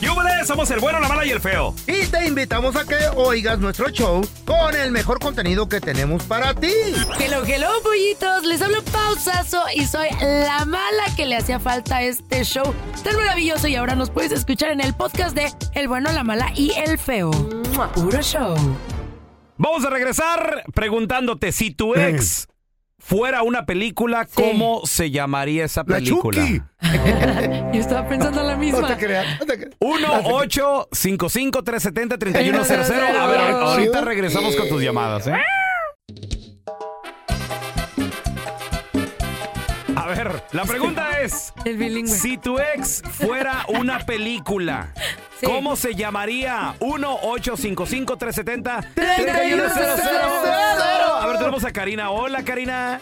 ¡Yúbele! Somos el bueno, la mala y el feo. Y te invitamos a que oigas nuestro show con el mejor contenido que tenemos para ti. Hello, hello, pollitos. Les hablo pausazo y soy la mala que le hacía falta a este show tan maravilloso. Y ahora nos puedes escuchar en el podcast de El bueno, la mala y el feo. Puro show. Vamos a regresar preguntándote si tu Eh. ex fuera una película, ¿cómo se llamaría esa La película? Chucky. Yo estaba pensando en la No te misma. creas. no te creas. 1-855-370-3100. A ver, ahorita regresamos con tus llamadas, ¿eh? A ver, la pregunta es: El bilingüe. si tu ex fuera una película, Sí. ¿cómo se llamaría? 1-855-370-3100. 3100. A ver, tenemos a Karina. Hola, Karina.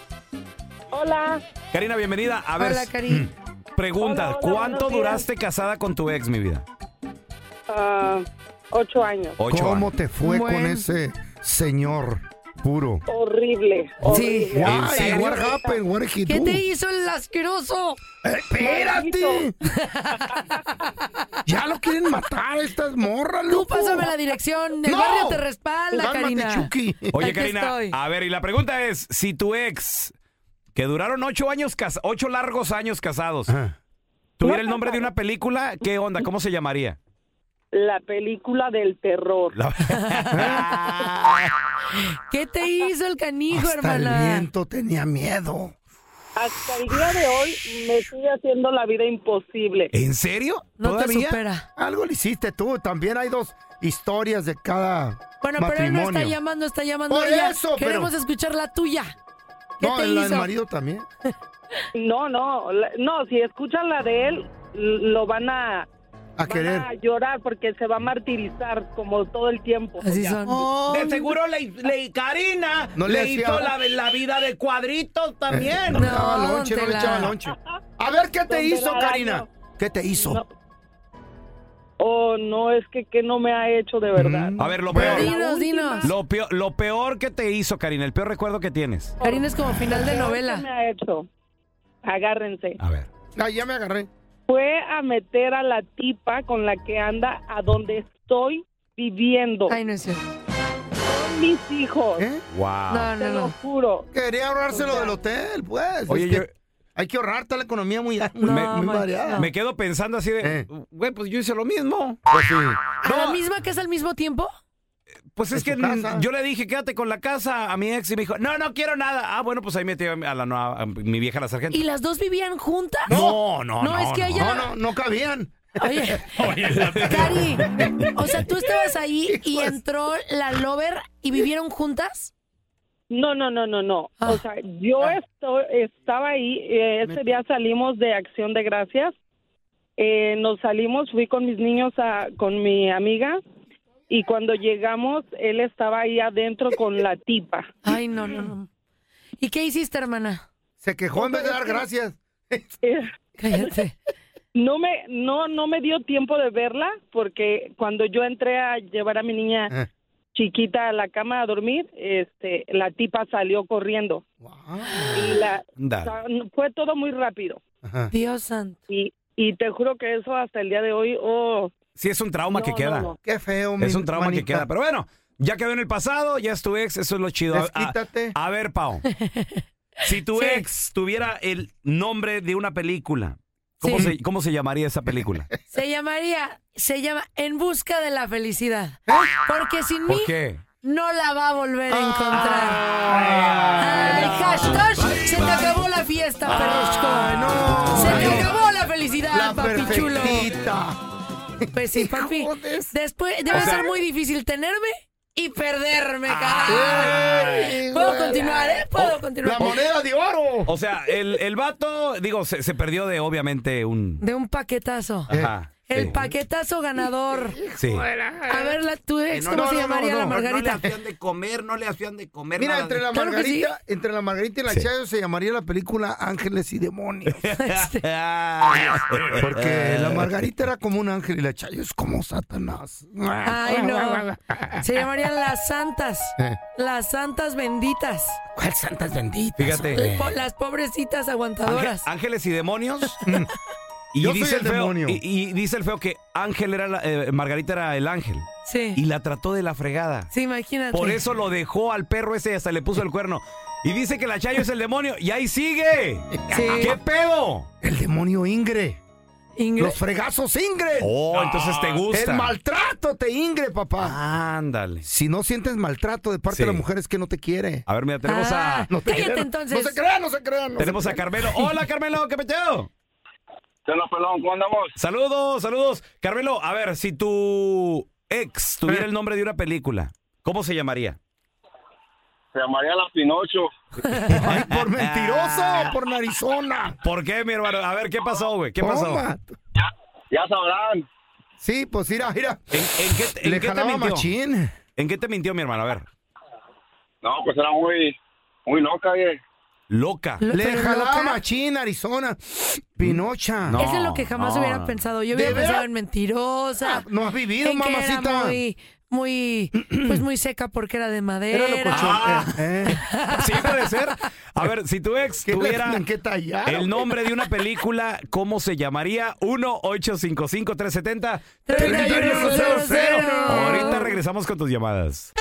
Hola, Karina, bienvenida. A ver, Hola, Cari. Mm. pregunta: Hola, hola, ¿cuánto buenos días. duraste casada con tu ex, mi vida? ah, ocho años. Ocho ¿Cómo años. te fue con Bueno. ese señor puro? Horrible. Sí. horrible. ¿En Why? serio? What happened? What he ¿Qué do? te hizo el asqueroso? ¡Espérate! ya lo quieren matar estas morras, Tú loco. pásame la dirección. El No. barrio te respalda, Cálmate, Karina. Chucky. Oye, Aquí Karina, estoy. a ver, y la pregunta es, si tu ex, que duraron ocho años, cas- ocho largos años casados, Ah. tuviera el nombre de una película, ¿qué onda? ¿Cómo se llamaría? La película del terror. ¿Qué te hizo el canijo, Hasta el hermana? viento tenía miedo. Hasta el día de hoy me sigue haciendo la vida imposible. ¿En serio? No ¿Todavía? te supera. Algo le hiciste tú. También hay dos historias de cada Bueno, pero él no matrimonio. está llamando, está llamando Por ella. eso, pero- Queremos escuchar la tuya. ¿Qué No, te el, el hizo? marido también. No, no, la- no, si escuchan la de él, l- lo van a, A van querer. Eh, a llorar porque se va a martirizar como todo el tiempo. Así son. Oh. De seguro le, le- Karina No le le, hacía- hizo la, la vida de cuadritos también. No, le echaba No, lonche, no don le echaba Tela. lonche. A ver, ¿qué te Don hizo, Telaraño. Karina? ¿Qué te hizo? No. Oh, no, es que, que no me ha hecho de verdad. Mm. A ver, lo Bueno. peor. Dinos, dinos. Lo peor, lo peor que te hizo, Karina, el peor recuerdo que tienes. Karina es como final de ¿Qué me novela. ha hecho? Agárrense. A ver. Ah, ya me agarré. Fue a meter a la tipa con la que anda a donde estoy viviendo. Ay, no es cierto. Son mis hijos. ¿Eh? Wow. No, no, Te lo no. juro. Quería ahorrárselo del hotel, pues. Oye, Es yo... que Hay que ahorrar, está la economía muy, muy, No, muy man, variada. no. Me quedo pensando así Eh. de, güey, pues yo hice lo mismo. Pues sí. ¿A la misma casa al mismo tiempo? Pues es En que su casa. yo le dije, quédate con la casa a mi ex y me dijo, no, no quiero nada. Ah, bueno, pues ahí metí a mi- a la nueva- a mi vieja la sargento. ¿Y las dos vivían juntas? No, no, No, es que No, ella- no, no cabían. Oye, Cari, o sea, tú estabas ahí y entró la lover y vivieron juntas. No, no, no, no, no. Ah. O sea, yo esto- estaba ahí. eh, ese día salimos de Acción de Gracias. Eh, nos salimos, fui con mis niños, a, con mi amiga. Y cuando llegamos, él estaba ahí adentro con la tipa. Ay, no, no, no. ¿Y qué hiciste, hermana? Se quejó en vez de dar gracias. Eh, Cállate. No me, no, no me dio tiempo de verla porque cuando yo entré a llevar a mi niña Ah. Eh. chiquita a la cama a dormir, este, la tipa salió corriendo. Wow. Y la, Ándale. fue todo muy rápido. Ajá. Dios santo. Y, Y te juro que eso hasta el día de hoy, oh, Sí, es un trauma No, que no, queda. no. Qué feo, mi Es un trauma que manita. queda. Pero bueno, ya quedó en el pasado, ya es tu ex, eso es lo chido. Ah, A- a- Desquítate. A ver, Pau. Si tu Sí. ex tuviera el nombre de una película, ¿cómo, Sí. se, cómo se llamaría esa película? Se llamaría, se llama En busca de la felicidad. Porque sin mí ¿Por qué? no la va a volver a encontrar. Ay, hashtag, se te acabó la fiesta, Ay, perrochco. no. Se te Ay, acabó la felicidad, La papi chulo. perfectita. Pues sí, Hijo papi. de su- Después debe O sea- ser muy difícil tenerme y perderme, carajo. Ay, Puedo güey. Oh, continuar, ¿eh? Puedo La continuar. moneda de oro. O sea, el, el vato, digo, se, se perdió de obviamente un. De un paquetazo. Ajá. El sí, paquetazo ganador. Sí. A ver, la, tu ex, No, ¿cómo no, se no, llamaría no, la no, no le Margarita? de comer, no le hacían de comer. Mira, entre la Claro que Margarita, entre la Margarita y la Sí. Chayo se llamaría la película Ángeles y Demonios. Ah, Porque la Margarita era como un ángel y la Chayo es como Satanás. Ah. Ay, no. Se llamarían las santas. Eh. Las santas benditas. ¿Cuál santas benditas? Fíjate. Po- Las pobrecitas Ángel- aguantadoras. Ah, ángeles y demonios. Yo soy dice el feo, demonio. Y, y dice el feo que Ángel era la- eh, Margarita era el ángel. Sí. Y la trató de la fregada. Sí, imagínate. Por eso lo dejó al perro ese y hasta le puso el cuerno. Y dice que la Chayo es el demonio. Y ahí sigue. Sí. ¿Qué pedo? El demonio Ingre. Ingrid- Los fregazos Ingre. Oh, entonces te gusta. El maltrato te Ingre, papá. Ándale. Si no sientes maltrato de parte Sí. de la mujer es que no te quiere. A ver, mira, tenemos Ah, a. No te cállate quiere. entonces. No se crean, no se crean. no se Tenemos a crean. Carmelo. Hola, Carmelo, ¿qué peteo? Hola, pelón, ¿cómo andamos? Saludos, saludos. Carmelo, a ver, si tu Eh. ex tuviera el nombre de una película, ¿cómo se llamaría? Se llamaría la Pinocho. Ay, por mentiroso, por narizona. ¿Por qué, mi hermano? A ver, ¿qué pasó, güey? ¿Qué pasó? Toma. Ya sabrán. Sí, pues mira, mira. ¿En, en qué, en Le qué te jalaba mintió? machín. ¿En qué te mintió, mi hermano? A ver. No, pues era muy, muy loca, oye. Loca. Lo- Le pero jalaba loca. machín, Arizona. Pinocha. No. Eso es lo que jamás no, hubiera no. pensado. Yo ¿De hubiera pensado veras? Ah, en mentirosa. No has vivido, en que era mamacita. muy, muy, pues muy seca porque era de madera. Era locochón. Ah. Eh, eh. Sí, puede ser. A ver, si tu ex ¿Qué le tuviera tienen que tallar? el nombre de una película, ¿cómo se llamaría? 1-855-370. 3100. Ahorita regresamos con tus llamadas.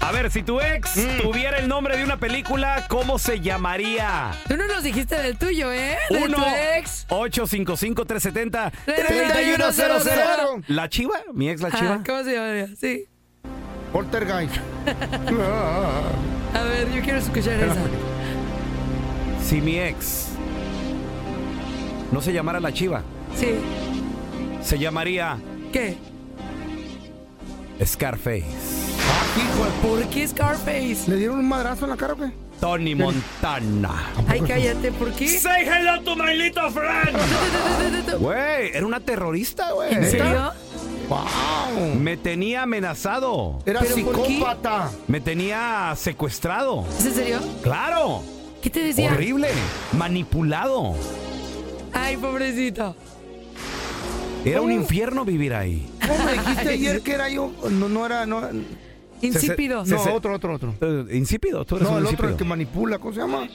A ver, si tu ex Mm. tuviera el nombre de una película, ¿cómo se llamaría? Tú no nos dijiste del tuyo, ¿eh? De tu ex. 1-855-370. 3100. ¿La chiva? ¿Mi ex la chiva? Ah, ¿Cómo se llamaría? Sí. Poltergeist. A ver, yo quiero escuchar esa. Si mi ex no se llamara la chiva, Sí. se llamaría ¿Qué? Scarface. ¿Por qué Scarface? ¿Le dieron un madrazo en la cara o qué? Tony Montana. Ay, cállate, ¿por qué? Say hello to my little friend. Güey, era una terrorista, güey. ¿En serio? ¡Wow! Me tenía amenazado. Era ¿Pero por qué? psicópata. Me tenía secuestrado. ¿Es en serio? Claro. ¿Qué te decía? Horrible. Manipulado. Ay, pobrecito. Era un infierno vivir ahí. ¿Cómo me dijiste ayer que era yo? No, no era. No, no Insípido. Se- se- otro, otro, otro. Eh, Insípido, tú eres No, un el otro, insípido. el que manipula, ¿cómo se llama?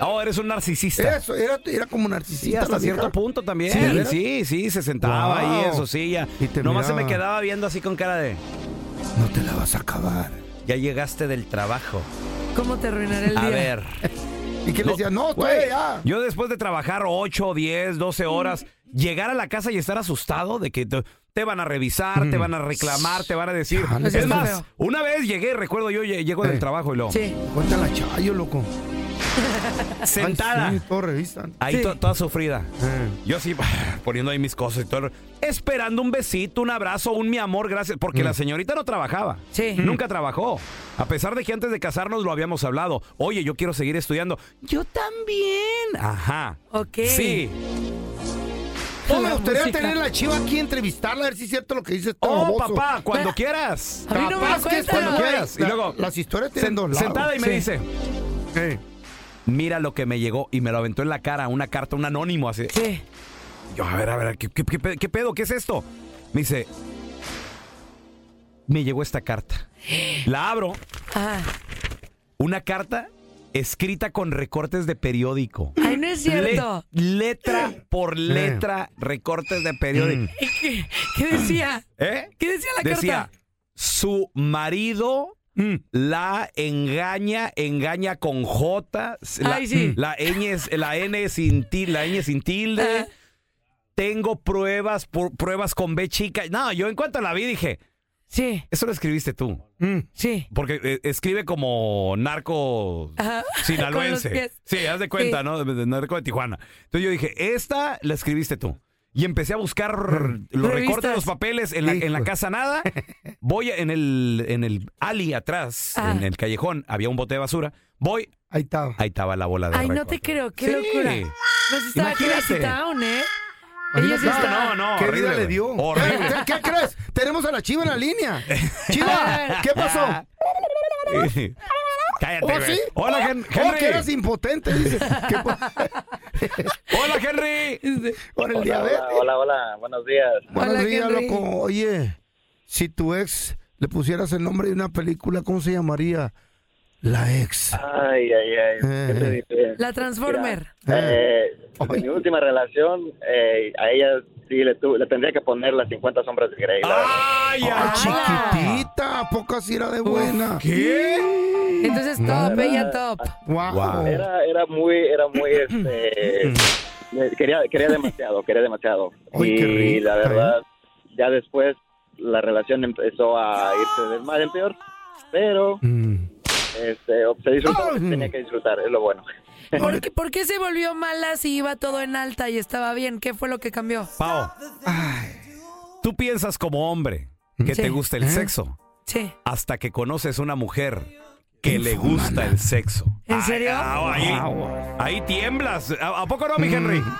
Oh, eres un narcisista. Eso, era, era como narcisista. Sí, hasta la vieja. cierto punto también. Sí, Sí, ¿verdad? sí, se sentaba Wow. ahí en su silla. Y te Nomás se miraba. me quedaba viendo así con cara de, No te la vas a acabar. ya llegaste del trabajo. ¿Cómo te arruinaré el día? A ver. Y que le decía, no, Güey, estoy ya. Yo después de trabajar 8, 10, 12 Mm. horas, llegar a la casa y estar asustado de que te, te van a revisar, te van a reclamar, te van a decir. Chale. Es Está más, feo. una vez llegué, recuerdo yo, lle- llego Eh. del trabajo y luego, Sí. Cuéntala a Chayo, loco. sentada, Ay, sí, todos revisan. ahí Sí. to- toda sufrida. Eh. Yo así poniendo ahí mis cosas y todo. Esperando un besito, un abrazo, un mi amor, gracias. Porque Mm. la señorita no trabajaba. Mm. Sí. Nunca trabajó. A pesar de que antes de casarnos lo habíamos hablado. Oye, yo quiero seguir estudiando. Yo también. Ajá. Ok. Sí. Oh, me La gustaría música. tener a la chiva aquí entrevistarla, a ver si es cierto lo que dice este Oh, baboso. papá, cuando Ah. quieras. A mí no me Capaz que es cuesta. cuando Cuando quieras. Y La- luego. las historias tienen sen- dos lados. sentada y me Sí. dice. Eh. Mira lo que me llegó y me lo aventó en la cara, una carta, un anónimo así. Sí. Yo, a ver, a ver, ¿qué, qué- qué pe- qué pedo? ¿Qué es esto? Me dice, me llegó esta carta. La abro, Ajá. una carta escrita con recortes de periódico. Ay, no es cierto. Le- letra por letra, recortes de periódico. ¿Qué, qué decía? ¿Eh? ¿Qué Mm. decía la Decía, carta? su marido la engaña, engaña con J, la, Ay, sí. la ñ es- la N es sin tilde, la ñ es sin tilde. Ah. Tengo pruebas, por- pruebas con B chica. No, yo en cuanto la vi dije, Sí, eso lo escribiste tú. sí. Porque eh, escribe como narco Ajá. sinaloense. Con los pies. Sí, haz de cuenta, Sí. ¿no? De, de narco de Tijuana. Entonces yo dije, esta la escribiste tú. Y empecé a buscar los recortes Revistas. de los papeles en la, en la Hijo. casa nada. Voy en el, en el alley atrás, Ajá. en el callejón, había un bote de basura. Voy, Ahí estaba. ahí estaba la bola de Ay, no te recortes. creo, qué Sí. locura. Nos estaba Imagínate. Crazy Town, ¿eh? Ellos No, estaban. no, no. ¿Qué horrible, vida le güey. dio? Horrible. ¿Qué, qué crees? Tenemos a la Chiva en la línea. Chiva, ¿qué pasó? Cállate, ¿Oh, güey. sí? Hola, Hen- Oh, que eras Henry. impotente, dice. ¿Qué pa- Hola, Henry. Por el diabetes. Hola, hola, hola, buenos días. Buenos Hola, días, Henry. loco. Oye, si tu ex le pusieras el nombre de una película, ¿cómo se llamaría? La ex. Ay, ay, ay. ¿qué te dije? La Transformer. Eh, en Ay. mi última relación, eh, a ella sí le, tuve- le tendría que poner las 50 sombras de Grey. la Ah, verdad. Ay, Ay, ay, chiquitita, ¿a poco así era de buena. ¿Qué? Entonces, top, ella top. Wow. Wow. Era, era muy, era muy, este, me- quería, quería demasiado, quería demasiado. Ay, y qué rica, la verdad, ya después la relación empezó a irse de mal en peor, pero este, se disfrutó, Ay. tenía que disfrutar, es lo bueno. ¿Por qué, por qué se volvió mala si iba todo en alta y estaba bien? ¿Qué fue lo que cambió? Pao, tú piensas como hombre que Sí. ¿Eh? te gusta el sexo Sí. hasta que conoces una mujer que le gusta el sexo. ¿En Ay, serio? ah, ahí, ahí tiemblas. ¿A, a poco no, mi Henry? Mm,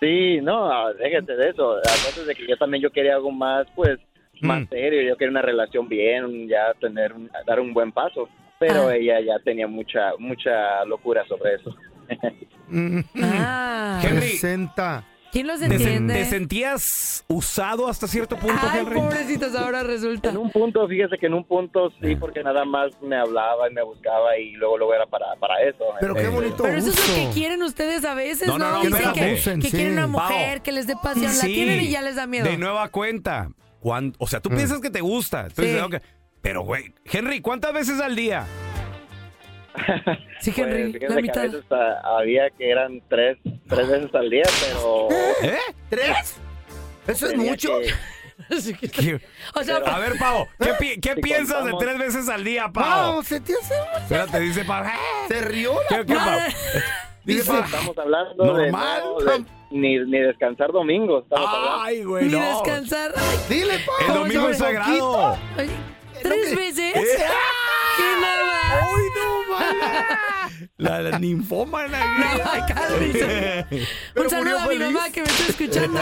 Sí, no, ah, déjate de eso. Aparte de que yo también yo quería algo más, pues, más serio. Yo quería una relación bien, ya tener, un- dar un buen paso. Pero Ah. ella ya tenía mucha, mucha locura sobre eso. Mm. Ah. Henry, Presenta. ¿Quién los ¿Te, sen- te entiende? sentías usado hasta cierto punto, Ay, Henry? pobrecitos, ahora resulta. En un punto, fíjese que en un punto sí, porque nada más me hablaba y me buscaba y luego luego era para, para eso. Este, Pero qué Eh. bonito Pero eso es gusto. lo que quieren ustedes a veces, ¿no? No, no, no, Dicen espérate. que, Abusen, que sí. quieren una Pao. mujer, que les dé pasión. La Sí. tienen y ya les da miedo. Mm. De nueva cuenta. Cuan- o sea, tú piensas que te gusta. Tú Sí. dices, "Ok". Pero, güey, Henry, ¿cuántas veces al día? sí, Pues, Henry, la fíjese que a mitad. veces ah, había que eran tres, tres veces al día, pero... ¿Eh? ¿Tres? Eso es tenía mucho. que- Sí, que- ¿Qué- o sea, A ver, Pavo, ¿qué, pi- qué Si piensas contamos- de tres veces al día, Pavo? Wow, se te hace. Espérate, dice Pavo. "Ah". Se rió. la- ¿Qué, qué, Pavo? madre, Dice, Estamos hablando Normal. Ah, de, no, de- ni, ni descansar domingo, estamos hablando. Ay, güey, ni no. descansar. Ay, dile, pa. El domingo es Poquito. sagrado. ay, ¿Tres veces? Eh. ¡Qué nada! Ay, no, mala. La, la ninfómana. güey. Ay, cálmense. Un Pero saludo a mi murió feliz. mamá que me está escuchando.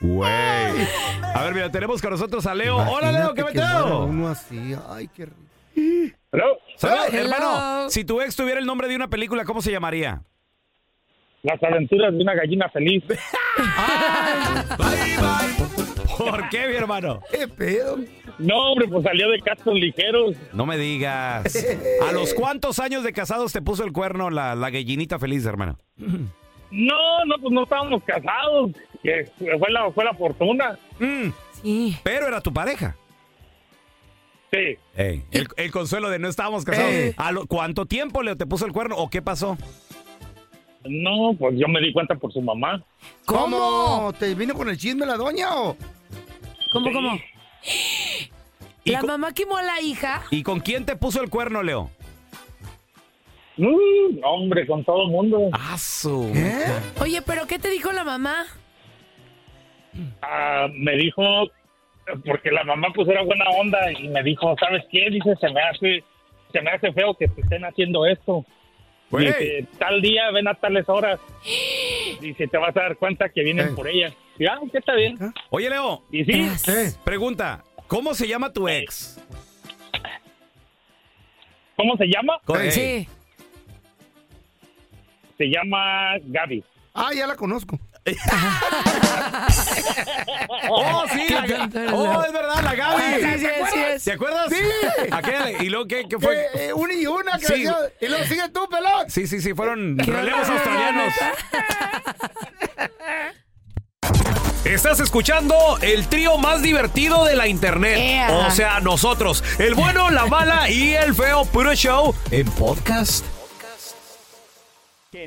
Güey. A ver, mira, tenemos con nosotros a Leo. Hola, Imagínate Leo, ¿qué que fuera meteo? Uno así. Ay, qué rico. Pero, ¿Sabes, Hello. hermano? Si tu ex tuviera el nombre de una película, ¿cómo se llamaría? las aventuras de una gallina feliz. ¿Por qué, mi hermano? ¿Qué pedo? No, hombre, pues salió de cascos ligeros. No me digas. ¿A los cuántos años de casados te puso el cuerno la, la gallinita feliz, hermano? No, no, pues no estábamos casados. Que fue la, fue la fortuna. Mm, Sí. pero era tu pareja. Sí. Ey, el, el consuelo de no estábamos casados. Ey. ¿A lo- ¿Cuánto tiempo Leo te puso el cuerno o qué pasó? No, pues yo me di cuenta por su mamá. ¿Cómo? ¿Te vino con el chisme la doña o? ¿Cómo, cómo? ¿Y, La con, mamá quemó a la hija. y con quién te puso el cuerno, Leo? Mm, no, hombre, con todo el mundo. Ah, su- Oye, ¿pero qué te dijo la mamá? Ah, me dijo, porque la mamá pues era buena onda y me dijo, ¿sabes qué? Dice, se me hace, se me hace feo que te estén haciendo esto. Güey. Dice, tal día, ven a tales horas. Dice, te vas a dar cuenta que vienen Ey. por ella. Y, ah, que está bien. Oye, Leo, Y sí, ¿Qué? pregunta. ¿Cómo se llama tu ex? ¿cómo se llama? Co- ey, Sí. Se llama Gaby. Ah, ya la conozco. Oh, sí, la- oh, es verdad, la Gaby. Ah, sí, sí, ¿Te acuerdas? sí es. ¿Te acuerdas? Sí. Aquel, ¿Y luego qué, qué Eh, fue? eh, una y una, que Sí. hacía- Y luego sigue tú, pelón. Sí, sí, sí, fueron relevos australianos. Estás escuchando el trío más divertido de la internet. Ea. O sea, nosotros, el bueno, la mala y el feo puro show en podcast. Que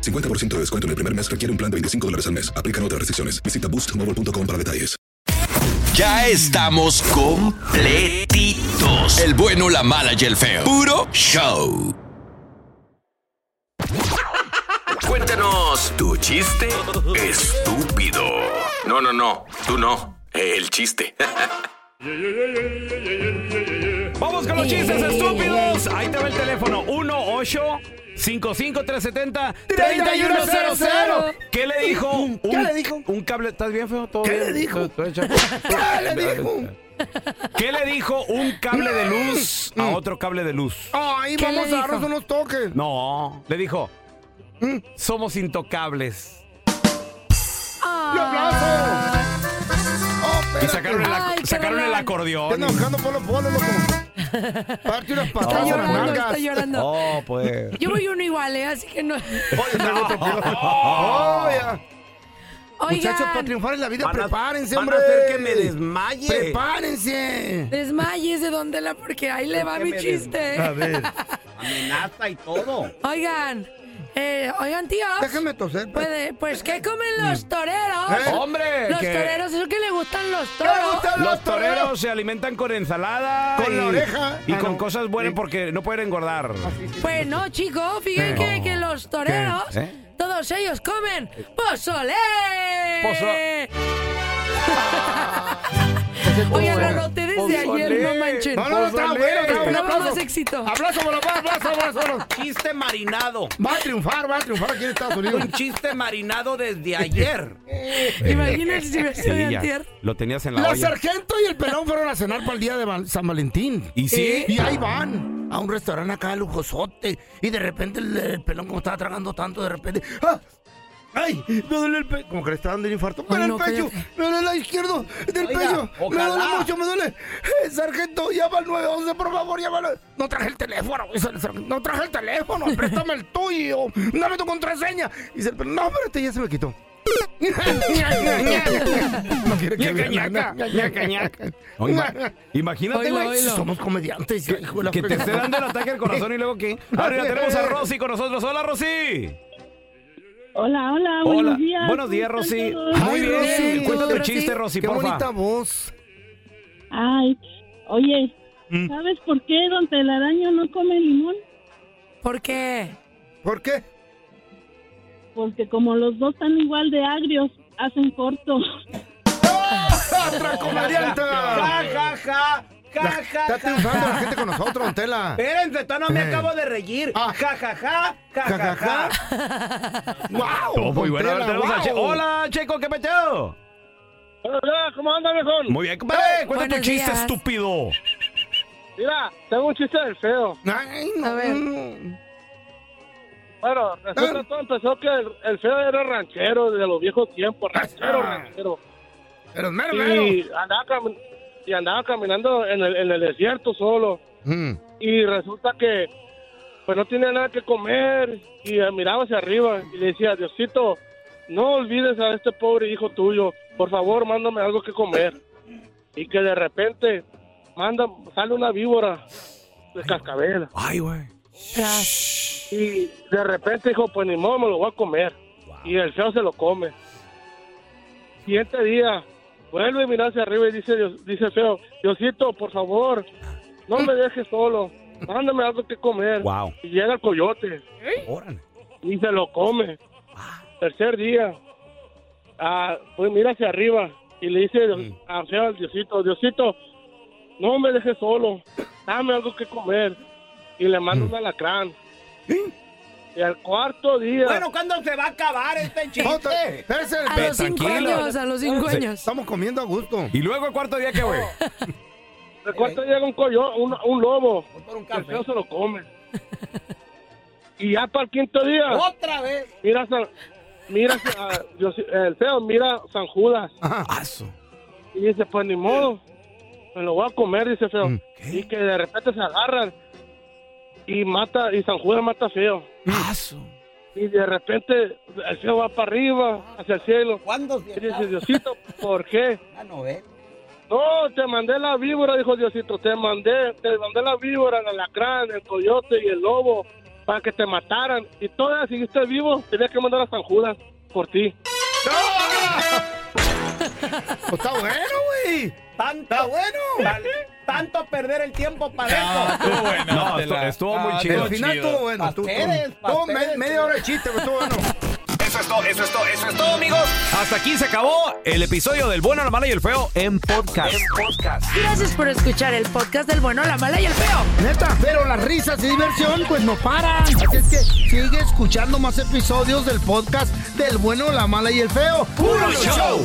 50% de descuento en el primer mes requiere un plan de 25 dólares al mes. Aplican otras restricciones. Visita boostmobile.com para detalles. Ya estamos completitos. El bueno, la mala y el feo. Puro show. Cuéntanos tu chiste estúpido. No, no, no. Tú no. El chiste. Vamos con los chistes estúpidos. Ahí te va el teléfono. 1 55 370 3100 ¿Qué le dijo? Un, ¿Qué le dijo? Un cable. ¿Estás bien, feo? ¿Todo bien? ¿Todo bien, chavo? ¿Qué le dijo? ¿Qué le dijo un cable de luz a Mm. otro cable de luz? Ah. Ay, ¿Qué vamos le a darnos dijo? unos toques. No, le dijo, Mm. somos intocables. Ah. Y sacaron el, ac- sacaron el acordeón. Están enojando por los polos, loco. Parte unas patadas. Está llorando, nalgas. está llorando. Oh, pues. Yo voy uno igual, ¿eh? Así que no. Oh, ya. Oigan. Muchachos, para triunfar en la vida, Van a- prepárense, van a hombre. hacer que me desmaye. Prepárense. Desmayes de donde la, porque ahí le va Que mi me chiste. des- A ver. Amenaza y todo. Oigan, eh, oigan, tíos. Déjame toser. Puede- pues, ¿qué comen los toreros? ¿Eh? ¡Hombre! Los ¿Qué? toreros, eso que le gustan los toros. Los toreros se alimentan con ensalada. Con y- la oreja. Y Ah, con no. cosas buenas porque no pueden engordar. Pues no, chicos, fíjense ¿Qué? que, que los toreros, ¿Eh? todos ellos comen pozole. Pozole. Oigan, lo noté desde ayer, no manchen. No, no, no, está bueno. eh, está bueno. Esperaba Aplauso. más éxito. Aplauso, por los aplauso, aplauso. aplauso. Chiste marinado. Va a triunfar, va a triunfar aquí en Estados Unidos. Un chiste marinado desde ayer. Imagínense si me Sí, soy ya. antier. Lo tenías en la, La olla. sargento y el pelón fueron a cenar para el día de Val- San Valentín. Eh, ¿Y sí? Y ahí van a un restaurante acá lujosote. Y de repente el, el pelón, como estaba tragando tanto, de repente. ¡Ah! ¡Ay! Me duele el pecho. Como que le está dando el infarto. ¡Me duele no, el pecho! cállate. ¡Me duele la izquierdo del Oiga, pecho! ¡Me duele ojalá. mucho! ¡Me duele! Eh, sargento, llama al 911, por favor, llama al- No traje el teléfono. dice el sargento. No traje el teléfono. Préstame el tuyo. Dame tu contraseña. Y dice el pelón, no, espérate, ya se me quitó. No quiere que Ñaca, vea nada. ñaca, ñaca, ñaca. No, ima- imagínate, Oilo, güey. oilo. Somos comediantes. hijo de la Que te fregada. esté dando el ataque al corazón y luego qué. Ahora ya tenemos a Rosy con nosotros. Hola, Rosy. Hola, hola, Hola. buenos días. Buenos días, ¿Cómo Rosy. están todos? Muy bien. Cuéntame un chiste, Rosy, Qué porfa. bonita voz. Ay, oye, Mm. ¿sabes por qué Don Telaraño no come limón? ¿Por qué? ¿Por qué? Porque como los dos están igual de agrios, hacen corto. ¡Otra comediante! Ja, ja, ja. Ja, La- ja, ja, está triunfando ja. la gente con nosotros, don Tela. Espérense, todavía no me Eh. acabo de reír. Ja, ja, ja, ja, ja, ja. ¡Wow! Todo muy bueno. Tela, Tenemos al wow. Che- Hola, Checo, ¿qué peteo? Hola, ¿cómo andas, viejón? Muy bien, compadre. Cuenta tu chiste, estúpido. Mira, tengo un chiste del feo. A ver. Bueno, resulta Ah. todo empezó que el, el feo era ranchero de los viejos tiempos, ranchero, Ah. ranchero. Pero y, Andaba cami- y andaba caminando en el, en el desierto solo. Mm. Y resulta que pues no tenía nada que comer y eh, miraba hacia arriba y le decía, Diosito, no olvides a este pobre hijo tuyo, por favor, mándame algo que comer. Y que de repente manda, sale una víbora de cascabel. Ay, güey. Y de repente dijo, pues ni modo, me lo voy a comer. Y el feo se lo come. Siguiente día, vuelve a mirar hacia arriba y dice, Dios- dice el feo, Diosito, por favor, no Ah. me dejes solo. Mándame algo que comer. Wow. Y llega el coyote. ¿Eh? Y se lo come. Tercer día. Ah, pues mira hacia arriba. Y le dice al feo al Diosito, Diosito, no me dejes solo. Dame algo que comer. Y le manda un alacrán. Y al cuarto día. Bueno, ¿cuándo se va a acabar este chiste? A los cinco años, a los cinco Sí. años. Estamos comiendo a gusto. Y luego el cuarto día, ¿qué, güey? Al cuarto llega un coyo, un, un lobo. El feo se lo come. y ya para el quinto día. Otra vez. Mira, San- mira a Dios- el feo, mira San Judas. Y dice, pues ni modo, me lo voy a comer, dice feo. Y que de repente se agarran y mata, y San Judas mata a feo. Y de repente el feo va para arriba, hacia el cielo. Y dice, Diosito, ¿por qué? No, te mandé la víbora, dijo Diosito, te mandé, te mandé la víbora, el alacrán, el coyote y el lobo para que te mataran. Y todavía seguiste vivo, tenías que mandar a San Judas por ti. está bueno, güey. Tanto bueno. Tanto perder el tiempo para eso. No, estu- estuvo muy chido. Al final estuvo bueno. estuvo- Pasteles, estuvo- estuvo me- pasteles. media hora de chiste, pero estuvo bueno. Eso es todo, eso es todo, eso es todo, amigos. Hasta aquí se acabó el episodio del bueno, la mala y el feo en podcast. Gracias por escuchar el podcast del bueno, la mala y el feo. Neta, pero las risas y diversión pues no paran. Así es que sigue escuchando más episodios del podcast del bueno, la mala y el feo. ¡Puro show!